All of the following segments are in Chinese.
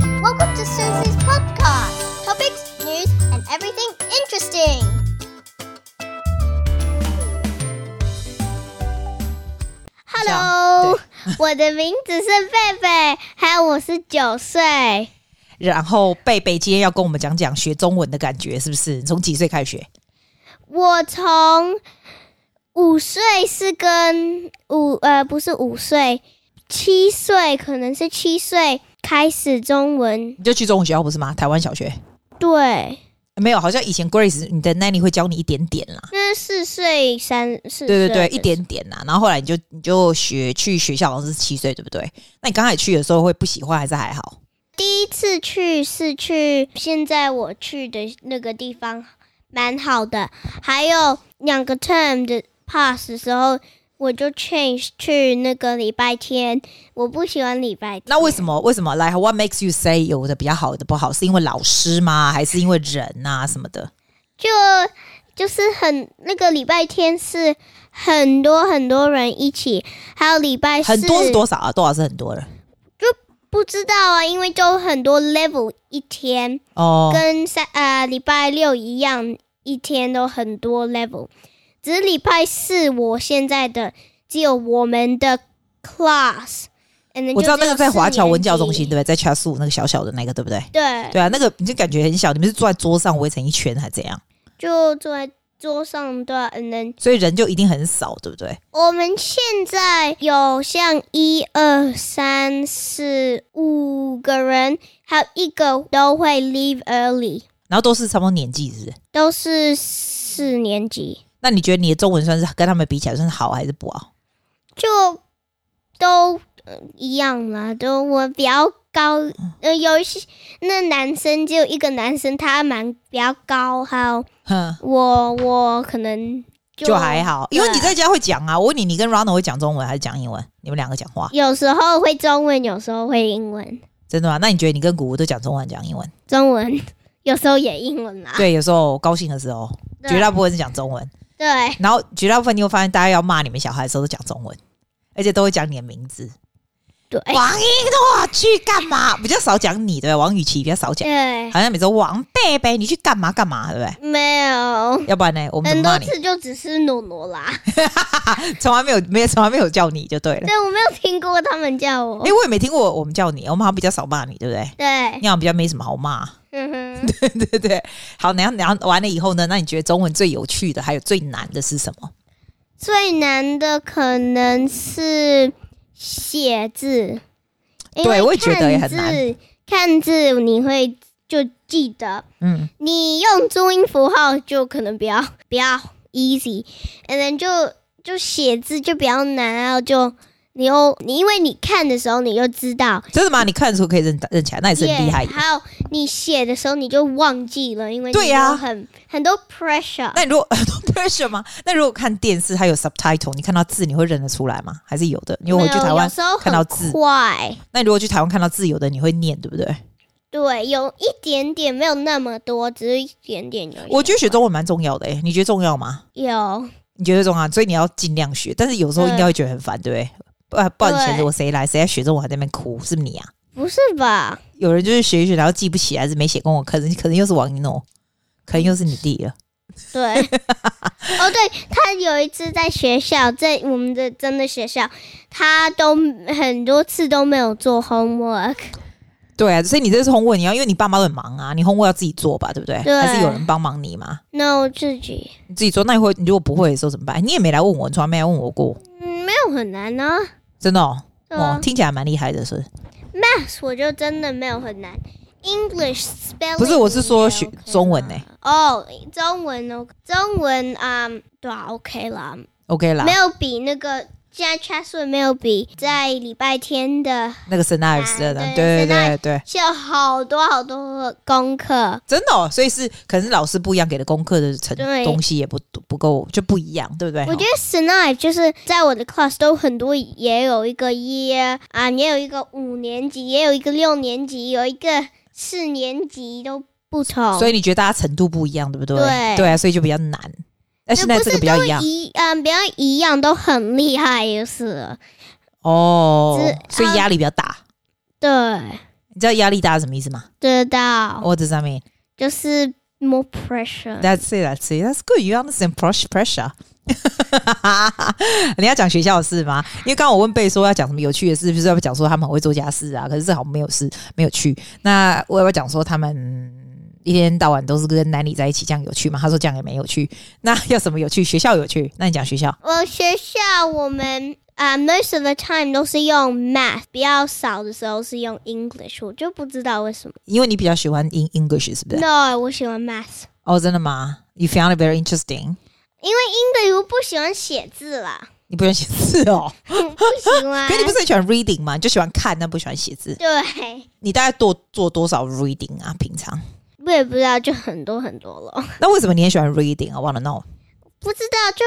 to Susie's podcast. Topics, news, and everything interesting. Hello，我 的名字是贝贝，还有我是九岁。然后贝贝今天要跟我们讲讲学中文的感觉，是不是？你从几岁开始学？我从五岁是跟五呃不是五岁，七岁可能是七岁开始中文。你就去中文学校不是吗？台湾小学对，没有，好像以前 Grace 你的 Nanny 会教你一点点啦。那是四岁三四岁对对的对，一点点啦。然后后来你就你就学去学校，好像是七岁，对不对？那你刚开始去的时候会不喜欢，还是还好？第一次去是去现在我去的那个地方，蛮好的。还有两个 term 的 pass 的时候，我就 change 去那个礼拜天。我不喜欢礼拜天，那为什么？为什么？来、like,，What makes you say 有的比较好，有的不好？是因为老师吗？还是因为人啊什么的？就就是很那个礼拜天是很多很多人一起，还有礼拜四很多是多少啊？多少是很多人不知道啊，因为就很多 level 一天。哦。跟三呃礼拜六一样，一天都很多 level，只是礼拜四我现在的只有我们的 class，and then 我知道就只那有个在华侨文教中心，四对不对？在 c h a s 那个小小的那个，对不对？年级，对，对啊，那个你就感觉很小，你们是坐在桌上围成一圈还怎样？就坐在桌上对啊，and then 所以人就一定很少，对不对？我们现在有像一二三四五个人，还有一个都会 leave early，然后都是差不多年纪，是不是？都是四年级。那你觉得你的中文算是跟他们比起来算是好还是不好？就都、呃一样啦，都我比较高，嗯呃，有一些那男生只有一个男生，他蛮比较高，还有哼，我我可能就就还，好，因为对你在家会讲啊。我问你，你跟 Ronald 会讲中文还是讲英文？你们两个讲话有时候会中文，有时候会英文，真的吗？那你觉得你跟古古都讲中文还是讲英文？中文 有时候也英文啦，对，有时候高兴的时候，啊对啊绝大部分是讲中文，对然后绝大部分你会发现，大家要骂你们小孩的时候都讲中文，而且都会讲你的名字。对王英诺去干嘛？比较少讲你，对不对？王雨琦比较少讲，对，好像每周王贝贝你去干嘛干嘛，对不对？没有。要不然呢，我们很怎么多骂你？次就只是诺诺啦，从来没有没有从来没有叫你就对了。对我没有听过他们叫我哎、，我也没听过我们叫你，我们好像比较少骂你，对不对？对，你好像比较没什么好骂， 嗯哼。对对对。好，然后然后完了以后呢，那你觉得中文最有趣的，还有最难的是什么？最难的可能是写字，因为对我也觉得也很难看字。看字你会就记得，嗯，你用注音符号就可能比较比较 easy，and then 就就写字就比较难，然后就你又你因为你看的时候你就知道，真的吗？你看的时候可以认认起来，那也是很厉害 Yeah，。还有你写的时候你就忘记了，因为你对啊哎呀有很很多 pressure，那你如果 pressure 吗？那如果看电视它有 subtitle，你看到字你会认得出来吗？还是有的？因为我去没有台湾有，时候看到字很快。那你如果去台湾看到字有的你会念，对不对？对，有一点点，没有那么多，只是一点点有一点。我觉得学中文蛮重要的、欸，你觉得重要吗？有，你觉得重要，所以你要尽量学，但是有时候应该会觉得很烦，对不对？不然不然以前如果啊谁来谁在学中文还在那边哭，是不是你啊？不是吧？有人就是学一学，然后记不起来，还是没写功课，可能可能又是王一诺，可能又是你弟了。 对，哦，对，他有一次在学校，在我们的真的学校，他都很多次都没有做 homework，对啊，所以你这是烘问，你要因为你爸妈都很忙啊，你烘问要自己做吧，对不对？对啊还是有人帮忙你嘛？那我自己，你自己做，那你会你如果不会的时候怎么办？你也没来问我，你从来没来问我过，嗯，没有很难啊呢、真的哦。对啊哦，听起来蛮厉害的，是不是 Math 我就真的没有很难，English spelling 不是我是说学也 OK 啦中文欸啊哦，中文哦，中文啊、嗯对啊，OK 啦， ？OK 啦没，有比那个现在 Chesswood 没有比在礼拜天的那个 s e n a r i 的，啊对对对对对，是有好多好多功课，真的、哦，所以是可能是老师不一样，给的功课的成对东西也不不够，就不一样，对不对？我觉得 s n i p e 就是在我的 class 都很多，也有一个一啊、也有一个五年级，也有一个六年级，有一个四年级都不同，哦所以以你觉得大家程度不一样，对不对？哦对啊，所以就比较难。那哎现在这个比较一样一嗯、比较一样都很厉害，就是了哦，只所以压力比较大。对，你知道压力大是什么意思吗知道， ？What does that mean? 就是 more pressure。 That's it. That's it. That's good. You understand pressure pressure. 你要讲学校的事吗？因为刚刚我问贝说要讲什么有趣的事，就是要讲说他们很会做家事啊，可是正好没有事，没有去。那我要讲说他们嗯一天到晚都是跟男女在一起，这样有趣吗？他说这样也没有趣。那要什么有趣？学校有趣。那你讲学校我学校我们啊、m o s t of the time 都是用 math，比较少的时候是用 English，我就不知道为什么。因为你比较喜欢 in English 是不是？ No，我喜欢 math，哦，真的吗？You found it very interesting。因为 English 我不喜欢写字啦， 你不喜欢写字哦？不喜欢可。你不是很喜欢 reading 吗？你就喜欢看，但不喜欢写字。对，你大概多做多少 reading 啊？平常？我也不知道，就很多很多了。那为什么你很喜欢 reading 啊？I wanna know。 不知道，就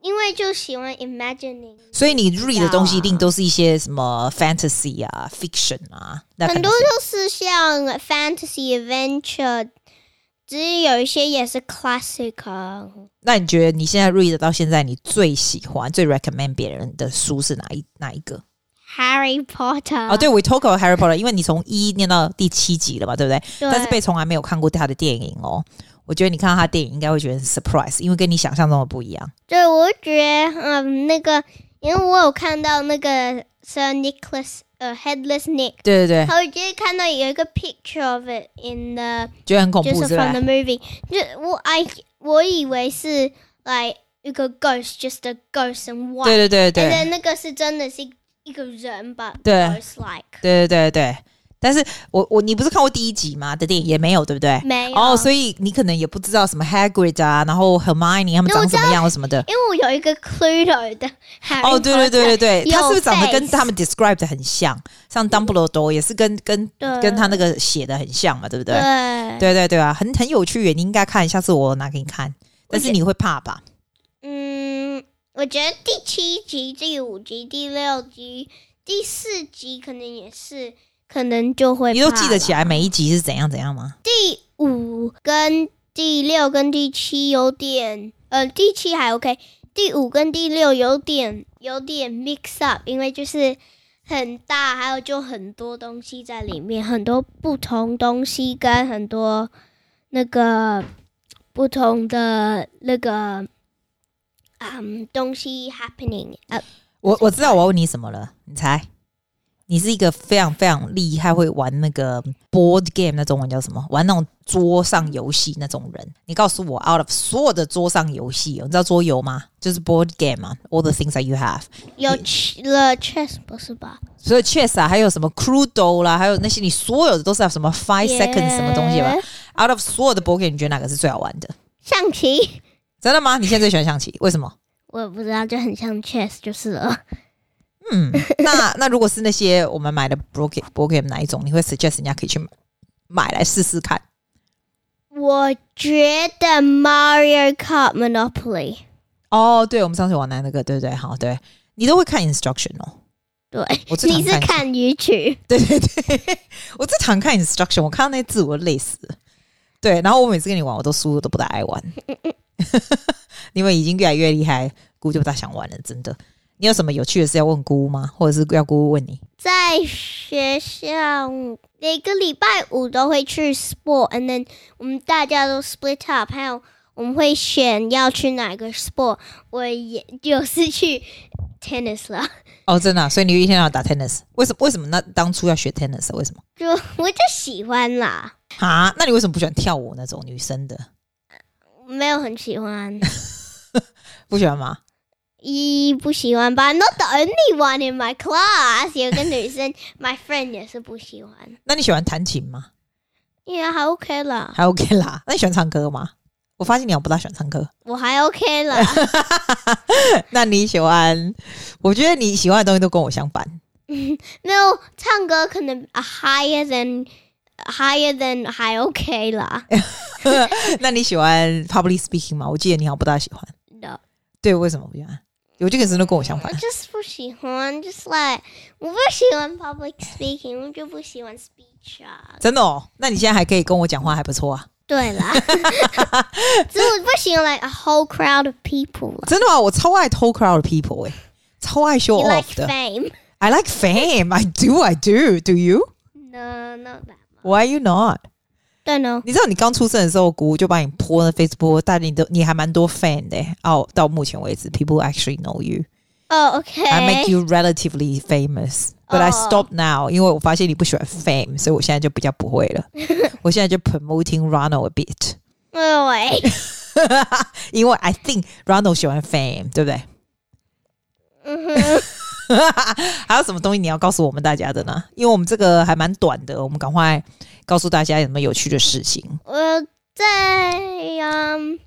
因为就喜欢 imagining，所以你 read 的东西呀一定都是一些什么 fantasy 啊、fiction 啊，那 很多就是像 fantasy adventure，只是有一些也是 classic 啊。那你觉得你现在 read 到现在，你最喜欢、最 recommend 别人的书是哪一哪一个？ Harry Potter 啊哦，对，we talk about Harry Potter，因为你从一念到第七集了嘛，对不对？对但是被从来没有看过他的电影哦。我觉得你看到他的电影应该会觉得很 surprise，因为跟你想象中的不一样。对，我觉得嗯，那个，因为我有看到那个 Sir Nicholas 呃 Headless Nick，对对对，他我就是看到有一个 picture of it in the 觉得很恐就怖，是是吧 from the？movie，就我 I 我以为是 like 一个 ghost，just a ghost and 对 white，对对对。但是那个是真的是一一个人吧对，ghost like 对对对对，但是我我你不是看过第一集吗？的电影也没有，对不对？没有，哦，所以你可能也不知道什么 Hagrid 啊，然后 Hermione 他们那我长什么样什么的。因为我有一个 Cluedo 的 Harry 哦，对对对 Potter 对对，有他是不是长得跟 face 他们 describe 的很像？像 Dumbledore 也是跟跟对跟他那个写的很像嘛，对不对？对，对对对啊，很很有趣耶，你应该看，下次我拿给你看。但是你会怕吧？嗯，我觉得第七集、第五集、第六集、第四集可能也是，可能就会你都怕记得起了来每一集是怎样怎样吗？第五跟第六跟第七有点，呃，第七还 OK，第五跟第六有点有点 mix up，因为就是很大，还有就很多东西在里面，很多不同东西跟很多那个不同的那个嗯东西 happening，呃，我我知道我要问你什么了，你猜？你是一个非常非常厉害会玩那个 board game 那中文叫什么？玩那种桌上游戏那种人。你告诉我，out of 所有的桌上游戏，你知道桌游吗？就是 board game 嘛，all the things that you have。有 ch- 了 chess 不是吧？所以 chess 啊，还有什么 crudo 啦，还有那些你所有的都是什么 five seconds 什么东西吧 Yeah， ？out of 所有的 board game，你觉得哪个是最好玩的？象棋 真的吗？你现在最喜欢象棋，为什么？我也不知道，就很像 chess 就是了。嗯，那那如果是那些我们买的 board game board game 哪一种，你会 suggest 人家可以去买买来试试看？我觉得 Mario Kart Monopoly 哦，对，我们上次玩的那个，对对，好，对你都会看 instruction 哦。对，我最常你是看，看鱼曲，对对对，我最常看 instruction，我看到那字我累死了。对，然后我每次跟你玩，我都输，我都不大爱玩。 你们已经越来越厉害，姑就不大想玩了，真的。你有什么有趣的事要问姑吗？或者是要姑问你？在学校每个礼拜五都会去 sport，and then 我们大家都 split up，还有我们会选要去哪个 sport。我也就是去 tennis 了，哦，真的啊、所以你一天要打 tennis，为什么？为什么那当初要学 tennis？啊为什么？就我就喜欢啦，啊，那你为什么不喜欢跳舞那种女生的？没有很喜欢，不喜欢吗？一不喜欢吧。Not the only one in my class，有个女生 ，my friend 也是不喜欢，那你喜欢弹琴吗？也还 OK 啦。 还 OK 啦。那你喜欢唱歌吗？我发现你好像不大喜欢唱歌。 我还 OK 了，那你喜欢？我觉得你喜欢的东西都跟我相反。 没有唱歌可能 higher than uh, higher than 还 OK 啦。那你喜欢 public speaking 吗？我记得你好像不大喜欢。 No，对，为什么不喜欢？有这个人都跟我相我反。就是不喜欢，just like 我不喜欢 public speaking，我就不喜欢 speech 啊。真的哦，那你现在还可以跟我讲话，还不错啊。对啦，只是我不喜欢 like a whole crowd of people 啦。真的吗？我超爱 t o crowd people 哎、超爱 show You like off 的。 fame? I like fame. I do. I do. Do you? No. don't know that. Why you not？ Don't know. 你知道你刚出生的时候，姑姑就帮你泼那 Facebook，但你都你还蛮多 fan 的、哦，到目前为止，people actually know you。 Oh, okay. I make you relatively famous, but I 哦 stop now，因为我发现你不喜欢 fame，所以我现在就比较不会了。我现在就 promoting Ronald a bit， Oh, wait. 因为 I think Ronald 喜欢 fame，对不对？还有什么东西你要告诉我们大家的呢？因为我们这个还蛮短的，我们赶快告诉大家有什么有趣的事情。我在嗯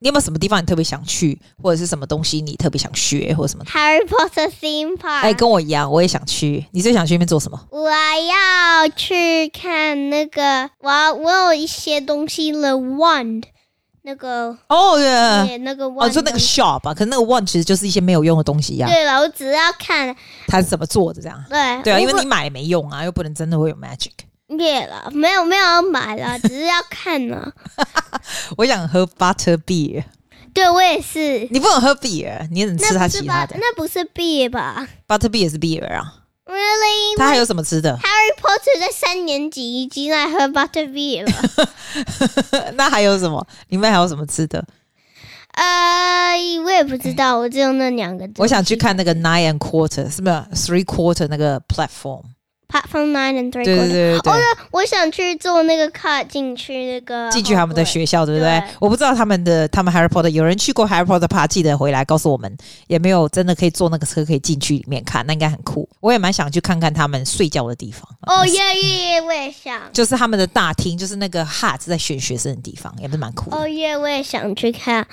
你有没有什么地方你特别想去，或者是什么东西你特别想学，或者什么？ Harry Potter theme 哎、 park，、跟我一样，我也想去。你最想去那边做什么？我要去看那个，我要我有一些东西了 wand，那个、哦、耶！对那个 wand，哦，就那个东西 shop 啊，可是那个 one 其实就是一些没有用的东西呀、对了，我只要看，它是怎么做的这样？对对啊，我因为不你买也没用啊，又不能真的会有 magic。对了，没有没有要买 了，只是要看啊了。我想喝 butter beer，对我也是，你不能喝 beer，你只能吃那它不其是他吧？的。那不是 B 吧 butter beer 是 beer 啊， ？Really？它还有什么吃的？ Harry Potter 在三年级已经在喝 Butterbeer 了， 那还有什么？里面还有什么吃的？呃，我也不知道，我只有那两个字。哎我想去看那个 nine and quarter，是不是 three quarter 那个 platform？ Platform Nine and Three 对 Quarter。对哦对对对。我想去坐那个 car 进去那个进去他们的 Hogwarts。学校，对不对嗯对？我不知道他们的他们 Harry Potter 有人去过 Harry Potter 趴，记得回来告诉我们，也没有真的可以坐那个车可以进去里面看，那应该很酷。我也蛮想去看看他们睡觉的地方，嗯哦耶耶耶！我也想。就是他们的大厅，就是那个 Hut 在选学生的地方，也是蛮酷的。哦耶！我也想去看。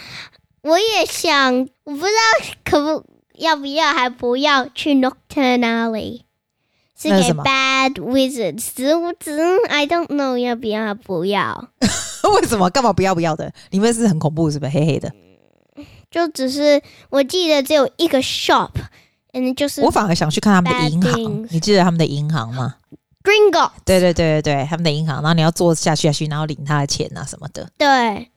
我也想，我不知道可不要不要，还不要去 Nocturne Alley。是那是给什么 Bad Wizards，只我只 I don't know 要不要还不要，哦 为什么？干嘛不要不要的？里面是很恐怖，是不是？黑黑的。就只是我记得只有一个 shop，嗯，就是我反而想去看他们的银 Bad 行 things，你记得他们的银行吗？ Gringo，对对对对对，他们的银行，然后你要坐下去下去，然后领他的钱啊什么的，对，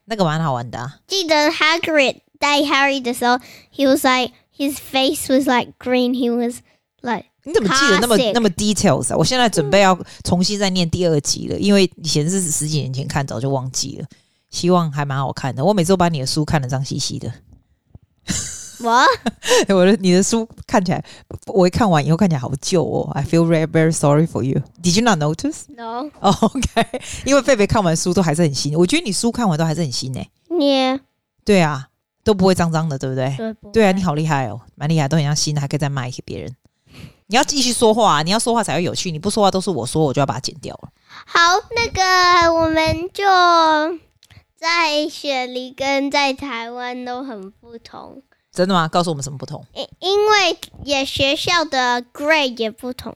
那个蛮好玩的、啊。记得 Hagrid 带 Harry 的时候，he was like his face was like green. He was like 你怎么记得那么 Classic 那么 details 啊？我现在准备要重新再念第二集了，因为以前是十几年前看，早就忘记了。希望还蛮好看的。我每次都把你的书看得脏兮兮的， 我我的你的书看起来，我一看完以后看起来好旧哦。I feel very very sorry for you. Did you not notice? no Oh, OK，因为狒狒看完书都还是很新，我觉得你书看完都还是很新诶、欸你对啊，都不会脏脏的，对不对？对对啊，你好厉害哦，蛮厉害，都很像新的，还可以再卖给别人。你要继续说话、啊，你要说话才会有趣，你不说话都是我说，我就要把它剪掉了。好，那个我们就在雪梨跟在台湾都很不同，真的吗？告诉我们什么不同？因因为也学校的 grade 也不同，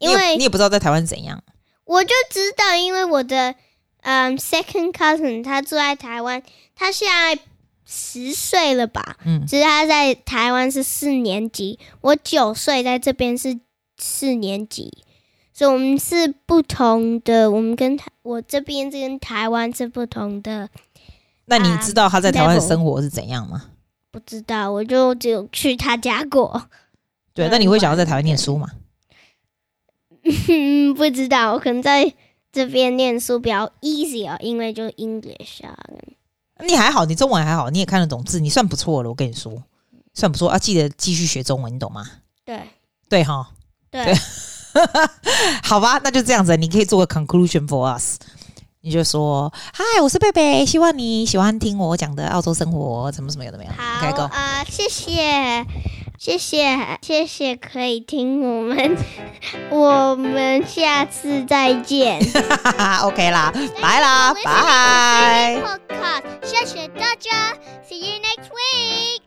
因你也为啊你也不知道在台湾是怎样我就知道，因为我的嗯 second cousin 他住在台湾，他现在十岁了吧？嗯只是他在台湾是四年级，我九岁在这边是四年级，所以我们是不同的。我们跟台我这边是跟台湾是不同的，那你啊知道他在台湾的 level 生活是怎样吗？不知道我就只有去他家过， 对，嗯那你会想要在台湾念书吗？嗯，不知道我可能在这边念书比较 easy 啊，因为就 English 啊，你还好，你中文还好，你也看得懂字，你算不错了。我跟你说，算不错啊！记得继续学中文，你懂吗？对对哈，对对 好吧，那就这样子，你可以做个 conclusion for us。你就说，嗨，我是贝贝，希望你喜欢听我讲的澳洲生活，什么什么有的没有好，OK go。啊、呃谢谢，谢谢，谢谢，可以听我们， 我们下次再见。哈哈，OK 啦，拜啦，拜。 Podcast，谢谢大家，See you next week。